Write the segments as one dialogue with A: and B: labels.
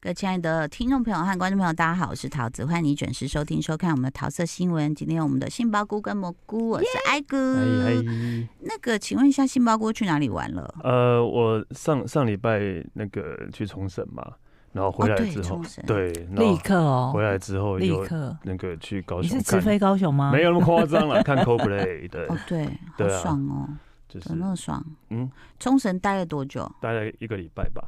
A: 各位亲爱的听众朋友和观众朋友，大家好，我是桃子，欢迎你准时收听收看我们的桃色新闻。今天有我们的杏鲍菇跟蘑菇，我是艾菇。
B: 哎哎，
A: 那个，请问一下，杏鲍菇去哪里玩了？
B: 呃，我上上礼拜那个去冲绳嘛，然后回来
A: 哦对
B: 之后
A: 冲绳，
B: 对，然
C: 立
B: 后
C: 刻哦，
B: 回来之后
C: 立
B: 又
C: 刻，
B: 那个去高
C: 你
B: 雄
C: 是直
B: 看，
C: 飞高雄吗？
B: 没有那么夸张了，看 Coldplay，对，
A: 哦，对，好
B: 对啊
A: 爽哦，
B: 就是
A: 怎么那么爽？
B: 嗯，
A: 冲绳待了多 久？
B: 待了一个礼拜吧，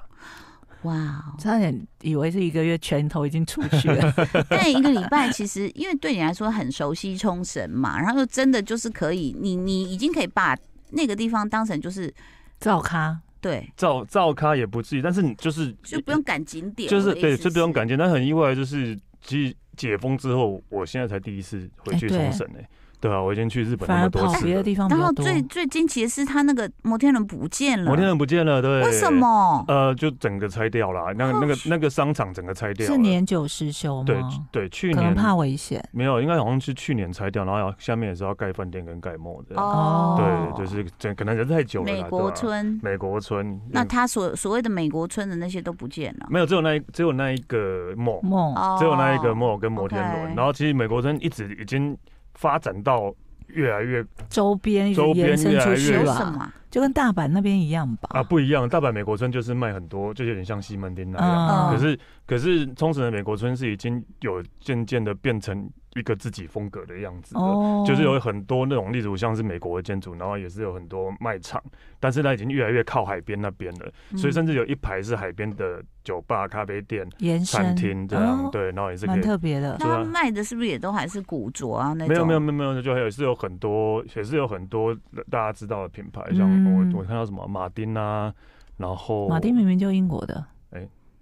A: 哇哦！
C: 差点以为是一个月，拳头已经出 去了。
A: 但一个礼拜其实，因为对你来说很熟悉冲绳嘛，然后又真的就是可以，你你已经可以把那个地方当成就是
C: 照咖，
A: 对，
B: 照照咖也不至于，但是你就是
A: 就不用赶景点，
B: 呃就是
A: 我的意
B: 对，
A: 思
B: 就不用感觉，但很意外，就是其实解封之后，我现在才第一次回去
C: 哎对
B: 冲绳呢，对啊，我已经去日本
C: 反
B: 那
C: 而
B: 么多
C: 跑
B: 次
C: 别的
B: 了，
C: 地方比
A: 然
C: 较
A: 后
C: 多。
A: 最最惊奇的是，他那个摩天轮不见了，
B: 摩天轮不见了，对，
A: 为什？么？
B: 呃，就整个拆掉了，那个那个那个商场整个拆掉了，
C: 是年久失修
B: 啊对
C: 吗？
B: 对，去
C: 可能
B: 年
C: 怕危险。
B: 没有，应该好像是去年拆掉，然后要下面也是要盖饭店跟盖 mall 的。
A: 哦，
B: 呃对，就是这可能人太久了啦。
A: 美国
B: 对吧，啊
A: 村。
B: 美国村。
A: 那
B: 嗯
A: 他所所谓的美国村的那些都不见了，
B: 没有，只有那一只有那一个 mall，
C: 梦
A: 哦
B: 只有那一个 mall 跟摩天轮。
A: OK
B: 然后其实美国村一直已经发展到越来越
C: 周边
B: 周边
C: 延伸
B: 越
C: 出
B: 来
C: 去
B: 越
A: 有什么
C: 了，
A: 啊？
C: 就跟大阪那边一样
B: 啊
C: 吧。
B: 不一样。大阪美国村就是卖很多，就有点像西门町那样。
A: 嗯
B: 可是可是冲绳的美国村是已经有渐渐的变成一个自己风格的样子了。
C: 哦
B: 就是有很多那种，例如像是美国的建筑，然后也是有很多卖场，但是它已经越来越靠海边那边了，
C: 嗯
A: 嗯
B: 所以甚至有一排是海边的酒吧、咖啡店、
C: 延
B: 餐
C: 伸
B: 厅这样，
C: 哦
B: 对，然后也是可
C: 蛮
B: 以。
C: 特别的
A: 那。他卖的是不是也都还是古着啊那种？
B: 啊没有没有没有没有，就还有是有很多，也是有很多大家知道的品牌，像
C: 嗯
B: 我我看到什么马丁啊，然后
C: 马丁明明就英国的，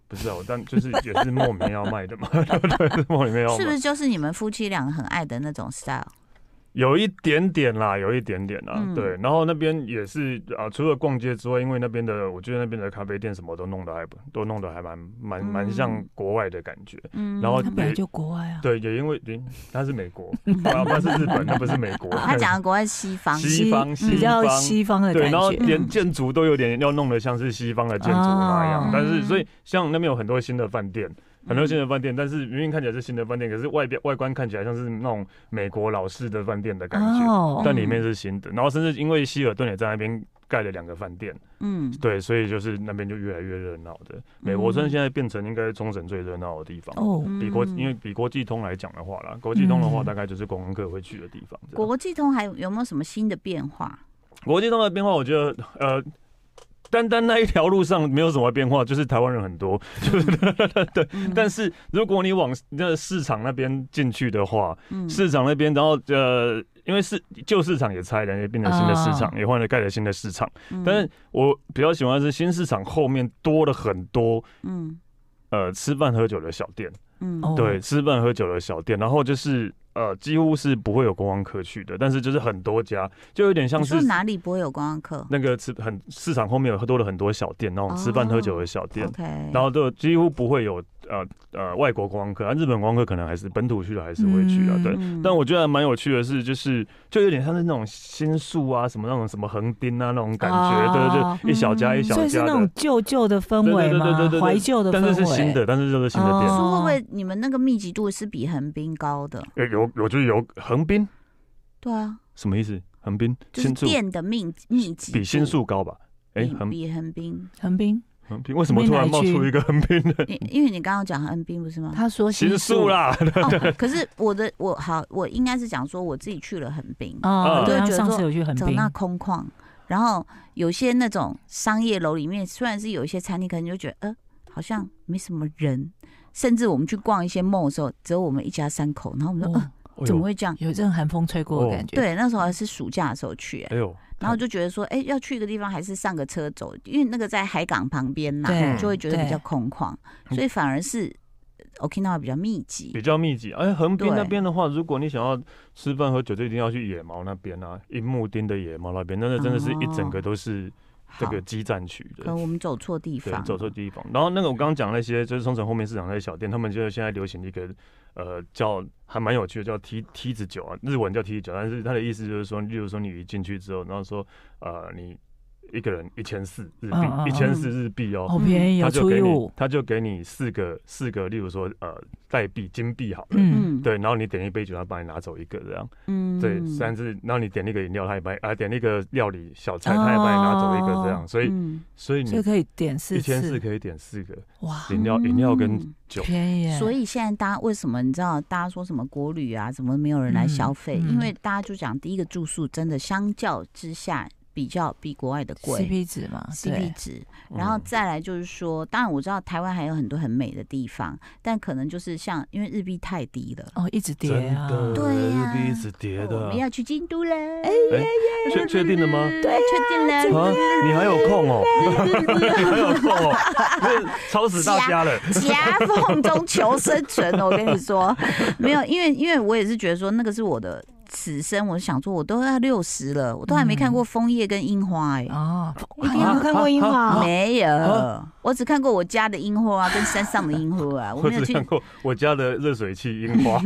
B: 不知道，但就是也是莫名要卖的嘛， 对对，是莫名要
A: 是不
B: 卖
A: 是，就是你们夫妻俩很爱的那种 style？
B: 有一点点啦，有一点点啦，
A: 嗯
B: 对。然后那边也是啊，除了逛街之外，因为那边的，我觉得那边的咖啡店什么都弄得还不，都弄得还蛮蛮蛮像
A: 嗯
B: 国外的感觉。
A: 嗯
B: 然后
C: 他本来就国外啊。
B: 对，也因为嗯它是美国， 啊，它是日本，那不是美国。
C: 哦
A: 他讲的国外西方，
B: 西方西
C: 嗯比较
B: 方
C: 西方的
B: 对，
C: 感
B: 然后
C: 觉。嗯
B: 连建筑都有点要弄得像是西方的建筑那样，
C: 哦
B: 但是所以像那边有很多新的饭店，很多新的饭店，但是明明看起来是新的饭店，可是外边外观看起来像是那种美国老式的饭店的感觉，
C: 哦，
B: 但里面是新的。然后甚至因为希尔顿也在那边盖了两个饭店，
A: 嗯，
B: 对，所以就是那边就越来越热闹的。美国村现在变成应该是冲绳最热闹的地方。
C: 哦，
A: 嗯
B: 比国因为比国际通来讲的话啦，国际通的话
C: 嗯
B: 大概就是观光客会去的地方。这样
A: 国际通还有有没有什么新的变化？
B: 国际通的变化，我觉得呃。单单那一条路上没有什么变化，就是台湾人很多，
A: 嗯
B: 但是如果你往那市场那边进去的话，
A: 嗯
B: 市场那边，然后呃，因为市旧市场也拆了，也变成新的市场，也换了盖了新的市场。
A: 嗯
B: 但是我比较喜欢的是新市场后面多了很多
A: 嗯
B: 呃吃饭喝酒的小店，
A: 嗯
C: 哦
B: 对，吃饭喝酒的小店，然后就是呃几乎是不会有观光客去的，但是就是很多家，就有点像
A: 你
B: 是
A: 说哪里不会有观光客
B: 那个吃很市场后面有多了很多小店，那种吃饭
A: 哦
B: 喝酒的小店，
A: ？OK，
B: 然后都几乎不会有呃呃外国观光客，啊日本观光客可能还是本土去的还是会去啊，对。
A: 嗯
B: 但我觉得还蛮有趣的是，就是就有点像是那种新宿啊，什么那种什么横滨啊那种感觉，对对
C: 哦
B: 对，一小家一小
C: 所以是
B: 家
C: 那种
B: 的，
C: 旧旧的氛
B: 对对对
C: 围
B: 对
C: 嘛
B: 对对，
C: 怀旧的氛围，
B: 但是是新的，但是就是新的
C: 哦
B: 店，
A: 说会不会你们那个密集度是比横滨高的？
B: 有有有就是有横滨
A: 对啊，
B: 什么意思？横滨
A: 就是
B: 新宿
A: 店的密密集
B: 比新
A: 度
B: 宿高吧？哎，
A: 比
B: 横
A: 比横 滨，
C: 横滨。
B: 横滨为什么突然冒出一个横滨 的
A: 因因为你刚刚讲横滨不是 吗？
C: 他说
B: 新宿
C: 宿，
B: 啦？ 哎
A: 哦，可是我的我好，我应该是讲说我自己去了横滨，
B: 嗯
C: 啊，对，
A: 哦就
C: 他
A: 觉得
C: 上
A: 说
C: 次有去横
A: 走
C: 滨，
A: 那空旷，然后有些那种商业楼里面，虽然是有一些餐厅，可能就觉得呃好像没什么人，甚至我们去逛一些 mall 的时候，只有我们一家三口，然后我们说
C: 哦
B: 哎
A: 呃怎么会这样？
C: 有一阵寒风吹
B: 哦
C: 过的感觉。，
A: 对，那时候还是暑假的时候去、哎
B: 哎呦，
A: 然后就觉得说，哎、要去一个地方还是上个车走，因为那个在海港旁边呐、
C: 对
A: 就会觉得比较
C: 对嗯
A: 空旷，所以反而是呃 Okinawa 比较密集
B: 比。较密集。哎，横滨
A: 对
B: 那边的话，如果你想要吃饭喝酒，就一定要去野猫那边啊，樱木町的野猫那边，那那真的是一整个都是这
A: 哦好，
B: 个基站区
A: 可
B: 的
A: 能。我们走错地
B: 对
A: 方，，
B: 走错地方。然后那个我刚刚讲那些，就是冲绳后面市场那些小店，他们就是现在流行一个，呃，叫还蛮有趣的，叫梯梯子酒啊，日文叫梯子酒，但是它的意思就是说，例如说你一进去之后，然后说，呃，你一个人一千四日币
C: 嗯嗯，嗯
B: 一千四日币哦，
C: 好便宜
B: 他
C: 哦，
B: 就
C: 除以
B: 给
C: 五
B: 你，，他就给你四个四个，例如说呃，代币金币好了，
C: 嗯，
B: 对，然后你点一杯酒，他帮你拿走一个这样，
A: 嗯
B: 对，但是然后你点那个饮料，他也帮你啊，点那个料理小
C: 哦
B: 菜，他也帮你拿走一个这样，所以
A: 嗯
B: 所以
C: 所以
B: 你
C: 可以点四
B: 一千四
C: 次，
B: 可以点四个
C: 哇，
B: 饮料，饮料跟
A: 嗯
B: 酒，
C: 便宜耶，
A: 所以现在大家为什么你知道大家说什么国旅啊，怎么没有人来消费？
C: 嗯嗯
A: 因为大家就讲第一个住宿真的相较之下比较比国外的贵
C: CP 值嘛，
A: ，CP
C: 对，
A: 值。然后
B: 嗯
A: 再来就是说，当然我知道台湾还有很多很美的地方，但可能就是像因为日币太低了，
C: 哦，一直叠
B: 真
C: 啊，
B: 的
A: 对呀哦
B: 日币一直跌
A: 我
B: 的啊
A: 们，要去京都了，哎、
B: 确确定了吗？
A: 对、确定
B: 啊
A: 了，，
B: 你还有空哦，你还有空哦，超死大家了，
A: 夹缝中求生存哦。我跟你说，没有，因为因为我也是觉得说那个是我的此生，我想说我都要六十了，我都还没
B: 嗯
A: 看过枫叶跟樱花哎、
C: 哦，
D: 一定要看过樱
B: 啊
D: 花，
A: 没有，我只看过我家的樱花啊，跟山上的樱花 啊，我
B: 我
A: 没有
B: 只
A: 去
B: 看，过我家的热水器 樱花，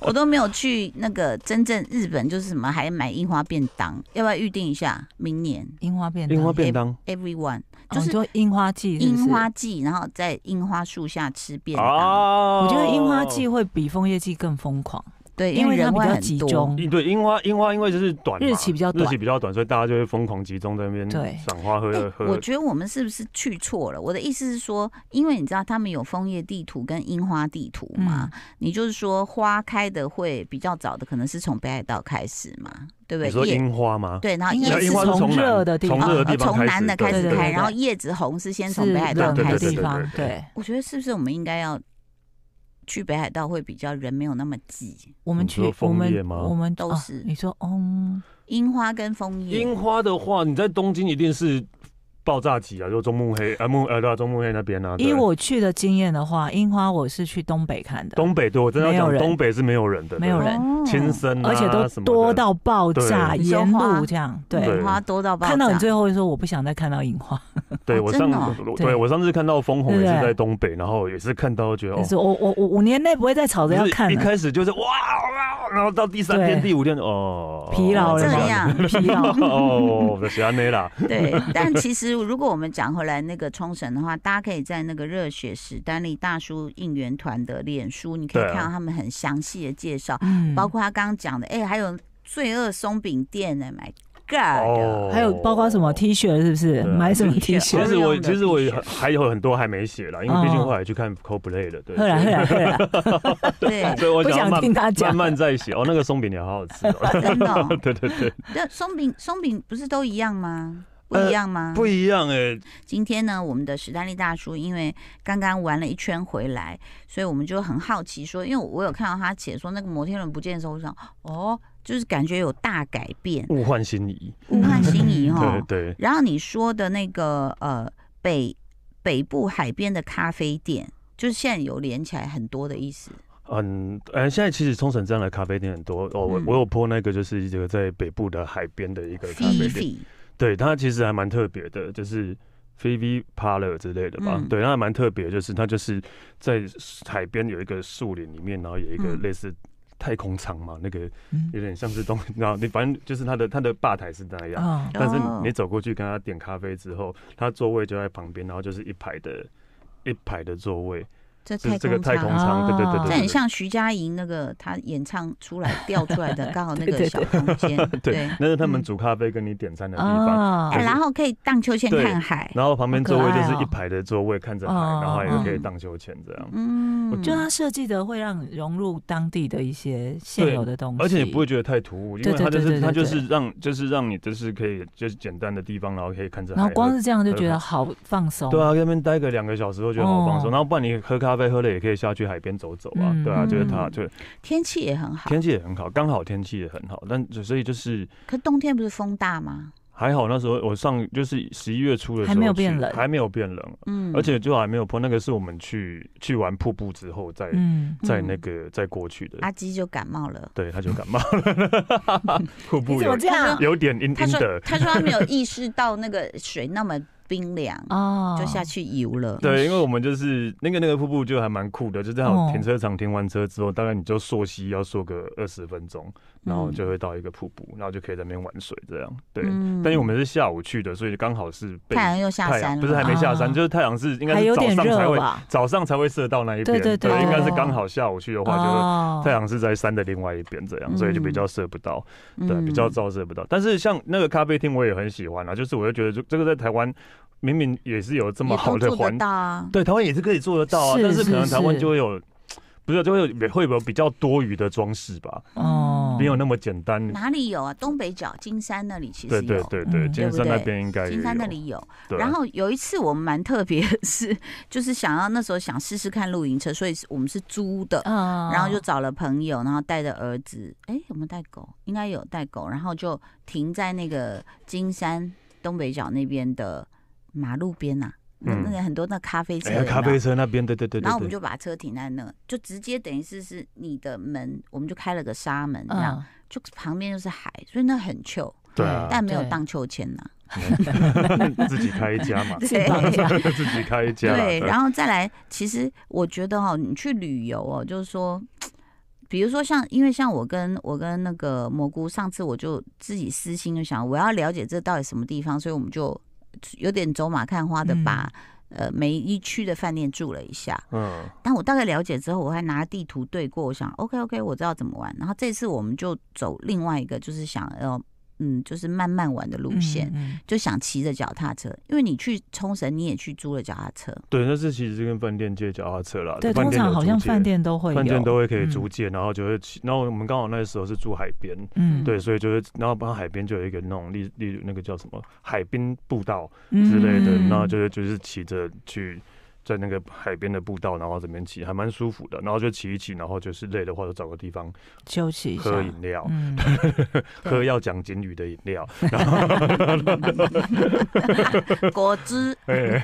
A: 我都没有去那个真正日本，就是什么还买樱花便当，要不要预定一下明年
C: 樱花便当
B: 樱花便当
A: everyone
C: 哦
A: 就是
C: 你说樱花季，是不是
A: 樱花，季，然后在樱花树下吃便当，
B: 啊
C: 我觉得樱花季会比枫叶季更疯狂，
A: 对，
C: 因
A: 为
C: 为它
A: 人
C: 比
A: 会
C: 较
A: 很
C: 集
A: 多。
C: 中，
B: 樱对樱花，樱花因为就是短嘛，
C: 日期比较短
B: 日期比较短，所以大家就会疯狂集中在那边
C: 对
B: 赏花喝
A: 哎，
B: 喝。
A: 我觉得我们是不是去错了？我的意思是说，因为你知道他们有枫叶地图跟樱花地图嘛，
C: 嗯
A: 你就是说花开的会比较早的，可能是从北海道开始嘛，对不
B: 你说
A: 对？叶
B: 樱花吗？
A: 对，然后
C: 应该
A: 叶
B: 那
C: 是
A: 子
B: 樱花是
C: 从
B: 从南
C: 热的地方
B: 从热的
A: 呃
B: 地方
A: 从
B: 开始，
A: 南的开
B: 对
A: 始
B: 对
A: 开，
B: 对
A: 然后叶子红是先
C: 是
A: 从北海道
C: 冷
A: 开
C: 的
B: 对
A: 始
B: 对
C: 地
A: 的。
B: 对
C: 方，
B: 对对
C: 对，
A: 我觉得是不是我们应该要去北海道会比较人没有那么挤？
C: 我们
B: 你
C: 去
B: 说
C: 我
B: 枫叶
C: 们
B: 吗啊
C: 我们
A: 都
C: 哦
A: 是
C: 你说嗯，
A: 樱花跟枫叶，
B: 樱花的话，你在东京一定是爆炸级啊，就中目黑啊木呃对啊中目黑那边啊。对
C: 以我去的经验的话，樱花我是去东北看的，
B: 东北对我真的
C: 没有
B: 要
C: 人
B: 讲，东北是没有人的，
C: 没有人嗯
A: 哦
B: 亲生啊，
C: 而且都
B: 什么的
C: 多到爆炸，
A: 对你说
C: 沿
A: 花
C: 路这样，对
B: 对，
A: 樱花多到爆炸。
C: 看到你最后会说我不想再看到樱花，
B: 对
A: 哦
B: 我
A: 真
B: 上
A: 的哦
B: 我
C: 对
B: 对我上次看到枫红也是
C: 对不对
B: 在东北，然后也是看到觉得
C: 就
B: 哦
C: 是我我我五年内不会再吵着要
B: 就是
C: 看
B: 一
C: 了，
B: 开始就是哇哇，然后到第三天、
C: 对
B: 第五天哦，。
C: 疲劳了
A: 这
C: 嘛
A: 样，
C: 疲劳
B: 哦，喜欢内 啦，
A: 对，但其实如果我们讲回来那个冲绳的话，大家可以在那个热血史丹利大叔应援团的脸书，你可以
B: 对啊
A: 看到他们很详细的介绍，
C: 嗯
A: 包括他刚刚讲的，哎、还有罪恶松饼店呢、m y God！、
C: 哎
B: 哦
C: 还有包括什么 T 恤是不是？
B: 对啊
C: 买什么
A: T
C: T
A: 恤
B: 其
C: 恤？
B: 实我
A: Oreo 的
B: 其实我
A: T 恤
B: 也还有很多还没写啦，因为毕竟
C: 哦
B: 后来去看 CoPlay 了，对，
C: 喝啦喝啦喝啦，
A: 对，
B: 所以我
C: 不
B: 想要
C: 想
B: 慢
C: 听他
B: 慢
C: 讲。
B: 慢再写。哦，那个松饼也好好吃哦，
A: 真的、哦，
B: 对对对，
A: 那松饼松饼不是都一样吗？不
B: 呃
A: 一样吗？
B: 不一样哎，
A: 今天呢，我们的史丹利大叔因为刚刚玩了一圈回来，所以我们就很好奇说，因为我有看到他写说那个摩天轮不见的时候，我想哦，就是感觉有大改变，
B: 物换星移，
A: 物换星移
B: 对
A: 哈。
B: 对，
A: 然后你说的那个呃北北部海边的咖啡店，就是现在有连起来很多的意思。
B: 嗯，呃，现在其实冲绳这样的咖啡店很多哦，我
A: 嗯
B: 我有泼那个就是一个在北部的海边的一个咖啡店。
A: Fifi
B: 对，它其实还蛮特别的，就是 f i v i Parlor 之类的吧。
A: 嗯
B: 对，它还蛮特别，就是它就是在海边有一个树林里面，然后有一个
A: 嗯
B: 类似太空舱嘛，那个
C: 嗯
B: 有点像是东， 然后你反正就是它的它的吧台是那样。
C: 啊，
B: 但是
A: 哦
B: 你走过去跟他点咖啡之后，他座位就在旁边，然后就是一排的，一排的座位，
A: 这
B: 这
A: 太
B: 是这个
A: 空
B: 太空
A: 舱。啊
B: 舱，对
C: 哦
B: 对对对
A: 这
B: 对，
A: 很像徐佳莹那个，她演唱出 来调出来的，刚好那
C: 对
A: 个
C: 对
A: 小
C: 对
A: 空间。对，
B: 那是他们
A: 嗯
B: 煮咖啡跟你点餐的地方，
C: 啊
A: 哎，
B: 就是
A: 然后可以荡秋千
B: 对
A: 看海，
B: 然后旁边
C: 好可
B: 座位就
C: 爱
B: 是一
C: 哦
B: 排的座位看着海，
C: 哦
B: 然后
A: 哦
B: 还可以
A: 嗯
B: 荡秋千这样。
A: 嗯，
C: 就它设计的会让你融入当地的一些现
B: 对
C: 有的东西，
B: 而且你不会觉得太突兀，因
C: 对
B: 为
C: 对
B: 它就
C: 对对
B: 是
C: 对
B: 它就
C: 对
B: 是让就是让你就是可以就是简单的地方，然后可以看着海
C: 然
B: 喝。
C: 后光是这样就觉
B: 对
C: 得
B: 吧
C: 好放松。
B: 对啊，在那边待个两个小时，都觉得好放松。
C: 哦
B: 然后不然你喝咖啡喝了也可以下去海边走走啊
C: 嗯，
B: 对啊，就是它
A: 嗯
B: 就
A: 天气也很好。
B: 天气也很好，刚好天气也很好，但所以就是
A: 可冬天不是风大吗？
B: 还好那时候我上就是十一月初的时候
C: 还没有
B: 去
C: 变冷
B: 还没有变冷，
A: 嗯，
B: 而且就还没有破。那个是我们去去完瀑布之后再
C: 嗯，啊
B: 在
A: 嗯
B: 那个再过去的，
A: 阿基就感冒了。
B: 对，他就感冒了，瀑
C: 你
B: 布
C: 怎么
B: 有
C: 这样？
B: 有点阴
A: 他
B: 阴
A: 说
C: 嗯
B: 的，
A: 他说他没有意识到那个水那么冰凉，
C: 哦，
A: 就下去游了。嗯
B: 对，因为我们就是那个那个瀑布就还蛮酷的，就是它有停车场，停完车之后，大概你就溯溪要溯个二十分钟，
C: 嗯
B: 然后就会到一个瀑布，然后就可以在那边玩水这样。对，
A: 嗯
B: 但因为我们是下午去的，所以刚好是被
A: 太阳又下
B: 太
A: 山
B: 阳
A: 了，
B: 不是还没下山，
C: 啊
B: 就是太阳是应该
C: 还
B: 是
C: 有
B: 早
C: 点
B: 上才
C: 热
B: 会
C: 吧？
B: 早上才会射到那一边，
C: 对对对
B: 应该是刚好下午去的话，就是
C: 哦嗯
B: 太阳是在山的另外一边这样，所以就比较射不到，对，
A: 嗯
B: 比较照射不到。但是像那个咖啡厅我也很喜欢啊，就是我就觉得这这个在台湾明明也是有这么
A: 也
B: 好
A: 都
B: 的
A: 做
B: 环
A: 得，到啊。
B: 对，台湾也是可以做得到啊，
C: 是
B: 但是可能
C: 是
B: 台湾
C: 是
B: 就会有。不是，就会有会有比较多余的装饰吧，
C: 哦
B: 没有那么简单。
A: 哪里有啊？东北角金山那里其实
B: 对
A: 有，
B: 对对对，
C: 嗯
B: 金
A: 对不
B: 山那
A: 对
B: 边应该也
A: 金山那
B: 有
A: 里有。
B: 对
A: 然后有一次我们蛮特别的是，就是想要那时候想试试看露营车，所以我们是租的。
C: 嗯
A: 然后就找了朋友，然后带着儿子，哎，有没有带狗？应该有带狗，然后就停在那个金山东北角那边的马路边呐、那
B: 嗯
A: 那里很多那咖啡车
B: 哎
A: 有
B: 呀，
A: 没有，
B: 咖啡车那边，对对对对对。
A: 然后我们就把车停在那，就直接等于是是你的门，我们就开了个纱门，这样、
C: 嗯
A: 就旁边就是海，所以那很旧，
B: 对啊，
A: 但没有
C: 对
A: 荡秋千呐、
B: 自己开一家嘛，
A: 对
C: 自己绑架
B: 自己开一家啦。
A: 对， 然后再来，其实我觉得哈、你去旅游哦，就是说，比如说像，因为像我跟我跟那个蘑菇，上次我就自己私心就想，我要了解这到底什么地方，所以我们就有点走马看花的
C: 嗯
A: 把、呃每一区的饭店住了一下。
B: 嗯，
A: 但我大概了解之后，我还拿地图对过，我想 OK OK，我知道怎么玩。然后这次我们就走另外一个，就是想要嗯，就是慢慢玩的路线。
C: 嗯
A: 就想骑着脚踏车，因为你去冲绳，你也去租了脚踏车，
B: 对，那是其实是跟饭店借脚踏车啦，
C: 嗯对，
B: 啊饭
C: 通
B: 店
C: 常
B: 有
C: 好
B: 租
C: 像
B: 借
C: 饭店都会有，
B: 饭店都会可以
C: 嗯
B: 租，借，然后就会骑，然后我们刚好那时候是住海边，
C: 嗯，
B: 对，所以就是然后帮海边就有一个那种例例如那个叫什么海滨步道
C: 嗯
B: 之类的，然后就是就是骑着去。在那个海边的步道，然后这边骑还蛮舒服的，然后就骑一骑，然后就是累的话就找个地方
C: 休息一下，
B: 喝饮料，
C: 嗯，
B: 喝要讲金鱼的饮料，
A: 果汁、
B: 哎，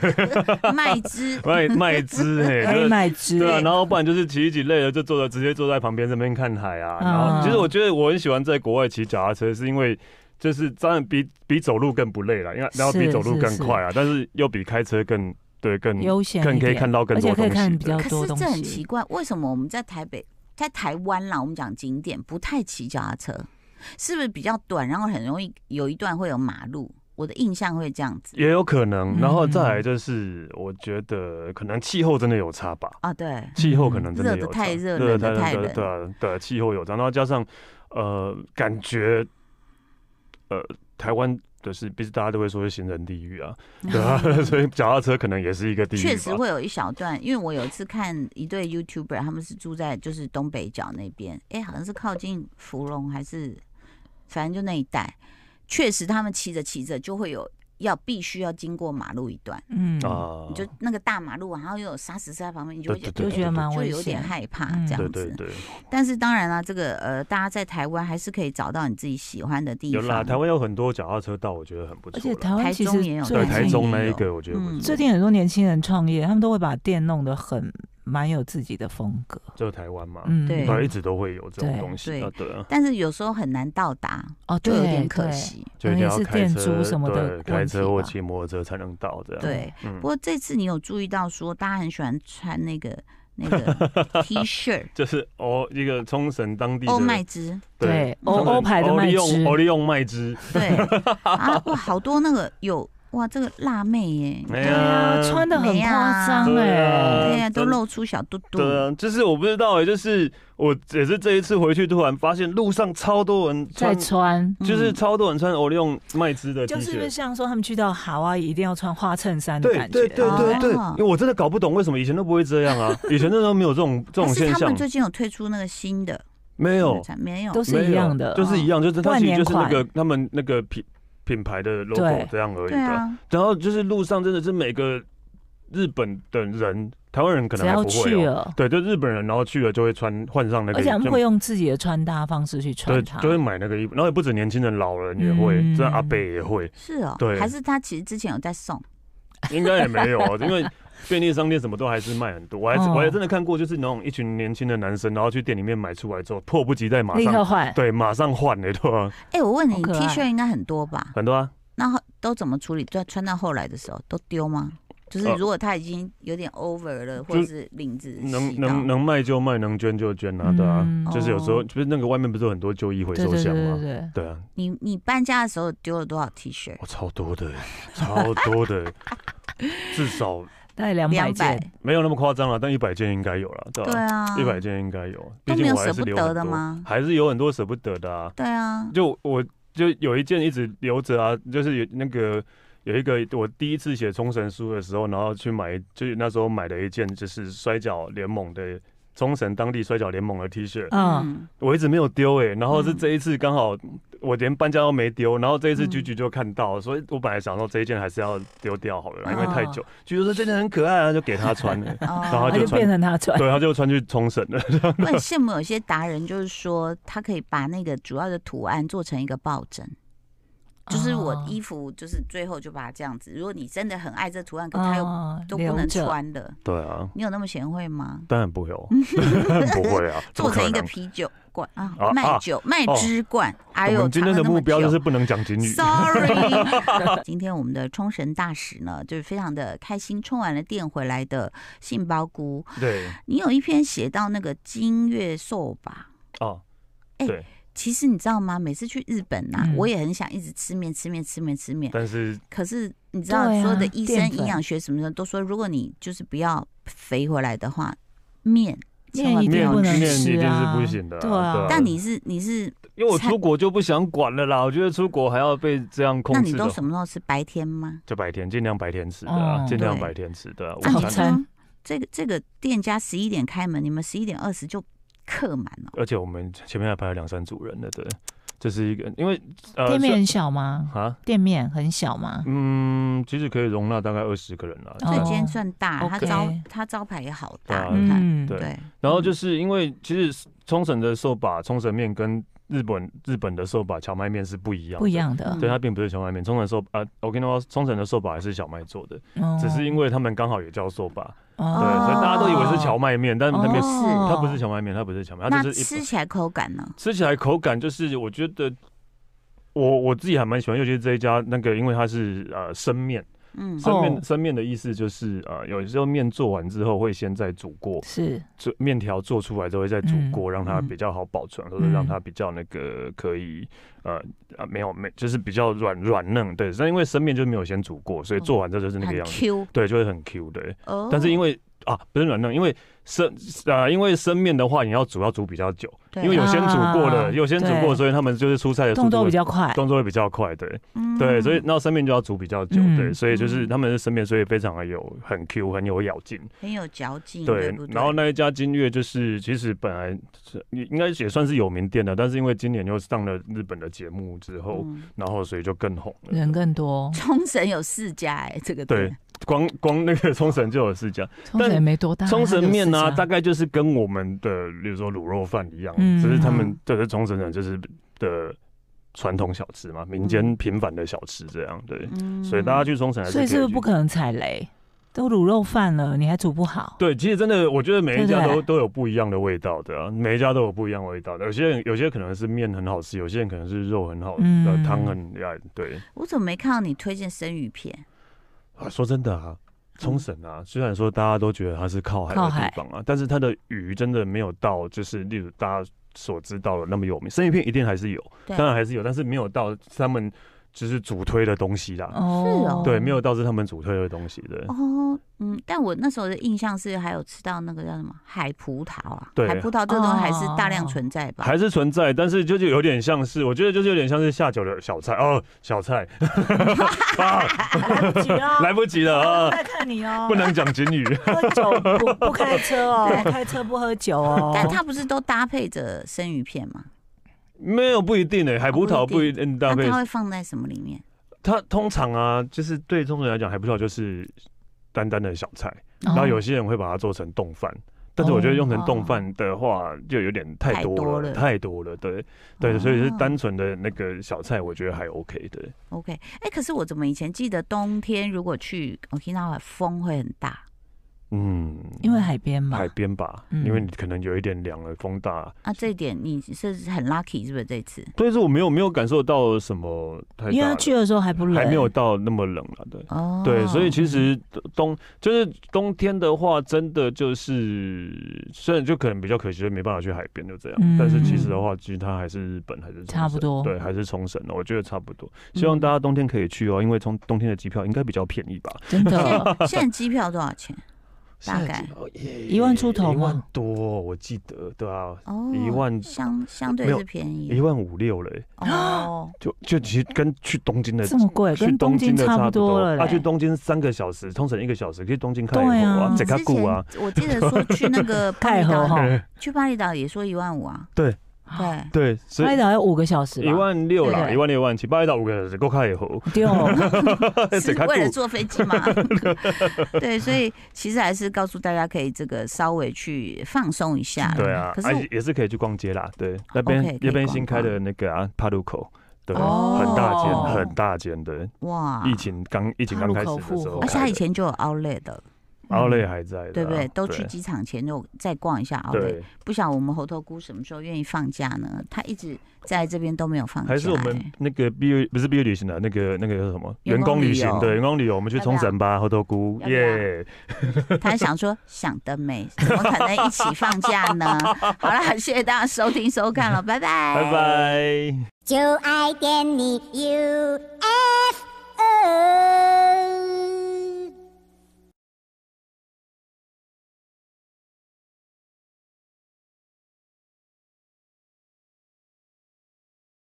A: 麦 汁，
B: 卖卖汁哎，
C: 可
B: 就
C: 以
B: 是
C: 买汁，
B: 对啊，然后不然就是骑一骑累了就坐在直接坐在旁边这边看海啊。
C: 嗯
B: 然后其实我觉得我很喜欢在国外骑脚踏车，是因为就是当然比比走路更不累了，因为然后比
C: 是
B: 走路
C: 是
B: 更
C: 是
B: 快啊，但是又比开车更对更
C: 悠闲一
B: 更
C: 点，
B: 可以看到更
C: 而且
B: 多
C: 可以
B: 东
C: 看
B: 西
C: 比较
B: 的。
A: 可
C: 多
A: 是
C: 东
A: 这很奇
C: 西。
A: 怪，为什么我们在台北、在台湾啦，我们讲景点不太骑脚踏车，是不是比较短，然后很容易有一段会有马路？我的印象会这样子
B: 也有可能，然后再来
C: 嗯
B: 就是，我觉得可能气候真的有差
C: 嗯
B: 吧。
A: 啊，对，
B: 气候可能真的
A: 热得
B: 有差
A: 太热
B: 热
A: 冷得
B: 得
A: 太
B: 太热，
A: 冷
B: 对啊对啊，气候有差，然后加上呃，感觉呃，台湾的是，毕竟大家都会说是行人地狱啊， 对啊， 所以脚踏车可能也是一个地狱
A: 确实
B: 吧。
A: 会有一小段，因为我有一次看一对 YouTuber，他们是住在就是东北角那边，哎、好像是靠近芙蓉还是，反正就那一带，确实他们骑着骑着就会有要必须要经过马路一段，
C: 嗯，
B: 啊
A: 你就那个大马路，然后又有砂石车在旁边，你就会
B: 对
A: 觉
B: 对
A: 得
C: 就觉得蛮
A: 就
C: 危
A: 有点
C: 险。
A: 害怕
C: 嗯
A: 这样
B: 对
A: 子。
B: 对对，
A: 但是当然啦，这个呃，大家在台湾还是可以找到你自己喜欢的地
B: 有
A: 方。
B: 啦，台湾有很多脚踏车道，我觉得很不错
C: 而且
B: 啦。
C: 台湾其实
A: 台中也有
C: 最
B: 对
C: 近
B: 台中那
A: 也
B: 一
A: 有
B: 个，我觉得不
A: 嗯
B: 错
C: 最，近很多年轻人创业，他们都会把店弄得很蛮有自己的风格。
B: 就是台湾嘛，
C: 嗯，
A: 对
B: 对，一直都会有这种
C: 对
B: 东西
A: 对
B: 啊，对啊，
A: 但是有时候很难到达，
C: 哦，
A: 就
C: 对，
A: 有点可
C: 对。
A: 惜。
B: 就一定
C: 也
B: 要
C: 是
B: 开
C: 店
B: 车
C: 租什么的
B: 对开
C: 问题
B: 车或
C: 吧
B: 骑摩托车才能到这样。
A: 对，
B: 嗯
A: 不过这次你有注意到说，大家很喜欢穿那个那 个 T 恤，
B: 就是哦，一个冲绳当地的
A: 欧麦汁，
C: 哦对，欧
B: 冲绳哦
C: 欧牌的麦汁，
B: 欧利用麦汁，
A: 对啊，哇，好多那个有哇，这个辣妹耶，
B: 哎
C: 对啊，穿的很夸张
B: 对
C: 哎
B: 啊，
A: 对呀，都
B: 真
A: 露出小肚肚，
B: 对啊，就是我不知道哎、就是我也是这一次回去，突然发现路上超多人
C: 在
B: 穿，
C: 穿。
B: 就是超多人穿欧利用麦汁的 T
C: 就是不是
B: 恤。
C: 像说他们去到夏威夷一定要穿花衬衫的
B: 对
C: 感觉？啊
B: 对对对对，
A: 哦
B: 因为我真的搞不懂为什么以前都不会这样啊，以前那时候没有这 种这
A: 但
B: 种
A: 是
B: 现
A: 他
B: 象
A: 们，最近有推出那个新的，
B: 没有
A: 没有，
C: 都是一样的啊
B: 没有就是一样，就是它
C: 万
B: 其实
C: 年
B: 就是那
C: 款
B: 个他们那个品品牌的 logo
C: 对
B: 这样而已
A: 对
B: 的。
A: 啊，
B: 然后就是路上真的是每个日本的人，台湾人可
C: 只
B: 能还
C: 要
B: 不会、
C: 去
B: 哦，
C: 了，
B: 对，就日本人，然后去了就会穿换上那个，
C: 而且他们会
B: 就
C: 用自己的穿搭方式去穿
B: 对，
C: 它。
B: 就会买那个衣服，然后也不止年轻人，老人也会，
C: 嗯
B: 这、阿北也会，
A: 是哦，
B: 对
A: 还是他其实之前有在送，
B: 应该也没有哦，因为便利商店什么都还是卖很多，我还是、
C: 哦
B: 我还真的看过，就是那种一群年轻的男生，然后去店里面买出来之后，迫不及待马
C: 立
B: 上
C: 刻换。
B: 对马上换的、对吧、
A: 哎，我问你
C: 好
A: 你
C: 可爱
A: ，T 恤应该很多吧？
B: 很多啊，
A: 那后都怎么处理？在穿到后来的时候都丢吗？就是
B: 呃
A: 如果它已经有点 over 了，或
B: 就
A: 者是啊领子
B: 能
A: 洗到
B: 能能卖就卖，能捐就捐啊，对啊，
C: 嗯
B: 就是有时候就是那个外面不是有很多旧衣回
C: 对
B: 收
C: 对对
B: 箱
C: 对
B: 吗？
C: 对，
B: 对啊，
A: 你你搬家的时候丢了多少 T 恤？
B: 我超多的，超多的， 至少
C: 大概两百
A: 两
C: 件
A: 百，，
B: 没有那么夸张了，但一百件应该有了，对
A: 对
B: 吧？
A: 啊，
B: 一百件应该有，
A: 都
B: 毕
A: 没
B: 竟
A: 有
B: 我还
A: 舍
B: 是
A: 不
B: 留
A: 得
B: 很
A: 的
B: 多
A: 吗
B: 还是有很多舍不得的啊。
A: 对啊，
B: 就我就有一件一直留着啊，就是有那个有一个我第一次写冲绳书的时候，然后去买，就是那时候买的一件就是摔跤联盟的冲绳当地摔跤联盟的 T 恤，
C: 嗯，
B: 我一直没有丢哎、然后是
A: 嗯
B: 这一次刚好我连搬家都没丢，然后这一次
A: 嗯
B: 菊菊就看到，所以我本来想说这一件还是要丢掉好了啦，因为
A: 哦，
B: 太久。菊菊说这件很可爱啊，就给她穿了
A: 哦，
B: 然后他
C: 那就
B: 就穿
C: 变成他穿，
B: 对，她就穿去冲绳了。
A: 我很羡慕有些达人，就是说他可以把那个主要的图案做成一个抱枕，就是我
C: 哦
A: 衣服就是最后就把它这样子。如果你真的很爱这图案，可它又
C: 哦
A: 都不
C: 留
A: 能
C: 着
A: 穿的，
B: 对啊，
A: 你有那么贤惠吗？
B: 当然不会 哦， 不会啊，怎
A: 做
B: 么
A: 成
B: 可
A: 一个
B: 能？
A: 啤酒罐啊
B: 啊，
A: 卖
B: 啊
A: 酒卖
B: 哦
A: 汁罐，哎
B: 我
A: 呦，
B: 们今天
A: 藏
B: 的
A: 了那么
B: 目标
A: 久
B: 就是不能讲警语。
A: Sorry，今天我们的冲绳大使呢，就是非常的开心，充完了电回来的杏鲍菇。
B: 对，
A: 你有一篇写到那个金月寿吧？
B: 哦，
A: 其实你知道吗？每次去日本呐、
C: 嗯
A: 我也很想一直吃面、吃面、吃面、吃面。
B: 但是
A: 可是你知道，
C: 对啊
A: 所有的医生、
C: 淀粉
A: 营养学什么的都说，如果你就是不要肥回来的话，面
C: 面
A: 千万
C: 一定
A: 要
C: 不能
A: 吃
B: 面一
C: 吃
B: 定是
C: 啊
B: 不行的啊，
C: 对啊
B: 啊
A: 但你是你是，
B: 因为我出国就不想管了啦，我觉得出国还要被这样控
A: 那你
B: 制的哦
A: 都，什么时候吃？白天吗？
B: 就白天尽量白天吃的啊，
C: 哦
B: 尽量
A: 对
B: 白天吃的啊，午
A: 那你
B: 餐
C: 早
A: 知道
C: 餐
A: 这个这个店家十一点开门，你们十一点二十就客满了。
B: 而且我们前面还排了两三组人的，对，这是一个，因为呃
C: 店面
B: 虽
C: 很小吗？
B: 啊，
C: 店面很小吗？
B: 嗯，其实可以容纳大概二十个人啦。
C: 哦
A: 所以
B: 对
A: 今天算大，它
C: OK 嗯
A: 招它招牌也好大，
B: 对啊
A: 你看，
B: 对
A: 对，
B: 然后就是因为其实冲绳的寿把冲绳面跟日本日本的寿把荞麦面是不一样，
C: 不一。样的
A: 嗯，
B: 对，它并不是荞麦面，冲绳寿啊，Okinawa 冲绳的寿把还是小麦做的，
C: 哦
B: 只是因为他们刚好也叫寿把，
C: 哦
B: 对，所以大家都以为是荞麦面，但是它没有，
A: 哦
B: 它不是荞麦面，它不是荞麦，它
A: 那
B: 就是一
A: 吃起来口感呢？
B: 吃起来口感就是我觉得我我自己还蛮喜欢，尤其是这一家那个，因为它是呃生面，
A: 嗯，
B: 生面、
C: 哦
B: 生面的意思就是呃有时候面做完之后会先再煮过，
C: 是
B: 做面条做出来之后会再煮过，
C: 嗯
B: 让它
C: 嗯
B: 比较好保存，或者让它比较那个可以呃啊没有没就是比较软软嫩，对，但因为生面就没有先煮过，所以
C: 哦
B: 做完之后就是那个
A: 很
B: 样子，
A: Q
B: 对，就会很 Q 对。
A: 哦。
B: 但是因为啊，不是软嫩，因为生啊，因为生面的话，你要煮要煮比较久，
A: 对
B: 因为有先煮过的，
C: 啊
B: 有先煮过，
C: 对
B: 所以他们就是蔬菜的
C: 动
B: 速
C: 作
B: 度
C: 比。较快，
B: 动作会比较快，对
A: 嗯
B: 对，所以那生面就要煮比较久，
C: 嗯
B: 对，所以就是
A: 嗯
B: 他们的生面，所以非常的有很 Q，很有咬劲，
A: 很有嚼劲，
B: 对
A: 对不。对？
B: 然后那一家金月就是其实本来是应该也算是有名店的，但是因为今年又上了日本的节目之后，
A: 嗯，
B: 然后所以就更红了。
C: 人更多，
A: 冲绳有四家哎，这个
B: 对
A: 店，
B: 光光那个冲绳就有四 家，
C: 冲绳也没多大，
B: 冲绳面啊
C: 呢
B: 呢、，大概就是跟我们的，比如说卤肉饭一样，
C: 嗯
B: 只是他们
A: 嗯
B: 就是冲绳人就是的传统小吃嘛，民间平凡的小吃这样。对，
A: 嗯
B: 所以大家去冲绳还是
C: 嗯所以
B: 可
C: 是不是
B: 以去
C: 不可能踩雷？都卤肉饭了，你还煮不好？
B: 对，其实真的，我觉得每一家都
C: 对不对
B: 都有不一样的味道的、啊，每一家都有不一样的味道的。有些人有些可能是面很好吃，有些人可能是肉很好，
C: 嗯
B: 呃，汤很呀，对
A: 我怎么没看到你推荐生鱼片？
B: 啊。说真的啊，冲绳啊，虽然说大家都觉得它是靠海
C: 靠
B: 的
C: 海
B: 地方啊，但是它的鱼真的没有到，就是例如大家所知道的那么有名。生鱼片一定还是有，
A: 对
B: 当然还是有，但是没有到他们就是主推的东西啦。
C: 哦
B: 对，没有到是他们主推的东西的。
A: 哦，嗯，但我那时候的印象是还有吃到那个叫什么海葡萄啊，
B: 对
A: 海葡萄这个东西还是大量
C: 哦
A: 存在吧？
B: 还是存在，但是就是有点像是，我觉得就是有点像是下酒的小菜哦，小菜 啊，
D: 来不及了，
B: 来不及了啊，
D: 再看你哦，
B: 不能讲警语，
D: 喝酒 不不开车哦，开车不喝酒哦。
A: 但它不是都搭配着生鱼片吗？
B: 没有不一定欸诶，海葡萄不一嗯定搭
A: 那
B: 配
A: 它，会放在什么里面？
B: 它通常啊，就是对中国人来讲，海葡萄就是单单的小菜，
C: 哦
B: 然后有些人会把它做成冻饭。但是我觉得用成冻饭的话，就有点太多了，
A: 哦
B: 太多了，对对，所以是
A: 哦
B: 单纯的那个小菜，我觉得还 OK 对，
A: OK，哎、可是我怎么以前记得冬天如果去 Okinawa 风会很大，
B: 嗯，
C: 因为海边嘛
B: 海，边吧，
C: 嗯
B: 因为你可能有一点凉了，风大。
A: 啊，这一点你是很 lucky 是不是？这次
B: 但是我没有没有感受到什么太
C: 因为
B: 大
C: 他
B: 的，
C: 去的时候还不冷，
B: 还没有到那么冷了，对。
A: 哦，
B: 对，所以其实冬就是冬天的话，真的就是虽然就可能比较可惜，就没办法去海边，就这样。
C: 嗯
B: 但是其实的话，其实它还是日本还是冲绳
C: 差不多嗯
B: 对，还是冲绳哦的，我觉得差不多。希望大家冬天可以去哦，因为从冬天的机票应该比较便宜吧，
C: 真的
A: 现在机票多少钱？大概
C: 一万出头
B: 一万
C: 吗？
B: 多，我记得对啊，
A: 哦，
B: 一万
A: 相相对
B: 没有
A: 是便
B: 一
C: 嗯
A: 宜
B: 万五六嘞，
A: 哦，
B: 就就其实跟去东京的
C: 这么贵，
B: 去
C: 呃跟东京
B: 的
C: 差不多了
B: 他、
C: 嘞。
B: 啊去东京三个小时，冲绳一个小时，去东京看
C: 对
B: 烟火
C: 啊
B: 啊，
A: 之
B: 整个
A: 前
B: 故啊，
A: 我记得说去那 个巴
C: 太
A: 厘
C: 和
A: 岛，
C: 哈，
A: 去巴厘岛也说一万五啊，对，
B: 对，所以
C: 拍岛要五个小时吧，
B: 一万六
A: 对
B: 啦，
A: 对
B: 一万六万七，八一到五个小时够看以 后，
C: 丢，
A: 是
B: 整个
A: 为了
B: 故
A: 坐飞机 吗？ 对，所以其实还是告诉大家可以这个稍微去放松一下啦。
B: 对啊，
A: 可是
B: 啊
A: 我哦
B: 也也是可以去逛街啦，对，那边
A: OK，可以
B: 那边
A: 逛
B: 新开的那个啊帕路口，对，
A: 哦
B: 很大间
A: 哦啊
B: 很大间的，
A: 哇，
B: 疫情刚疫情刚开始
C: 帕
B: 的
C: 路口
B: 时候
C: 复活
A: 而且
B: 开
A: 他
B: 的，
A: 啊以前就有 outlet 的，
B: 奥莱还在的啊，
A: 对不对？都去机场前就再逛一下 outlet。
B: 对，
A: 不晓得我们猴头菇什么时候愿意放假呢？他一直在这边都没有放假、
B: 还是我们
A: 哎
B: 那个毕业不是毕业旅行啊的，那个那个叫什么
A: 员
B: 员
A: 工
B: 工
A: 旅
B: 旅行
A: 游，
B: 对员工旅游，我们去
A: 要不
B: 冲绳吧，猴头菇
A: 要不要
B: 耶，
A: 他想说想得 美，怎么可能一起放假呢？好啦，谢谢大家收听收看了，拜拜，
B: 拜拜。
E: 就爱点你 UFO。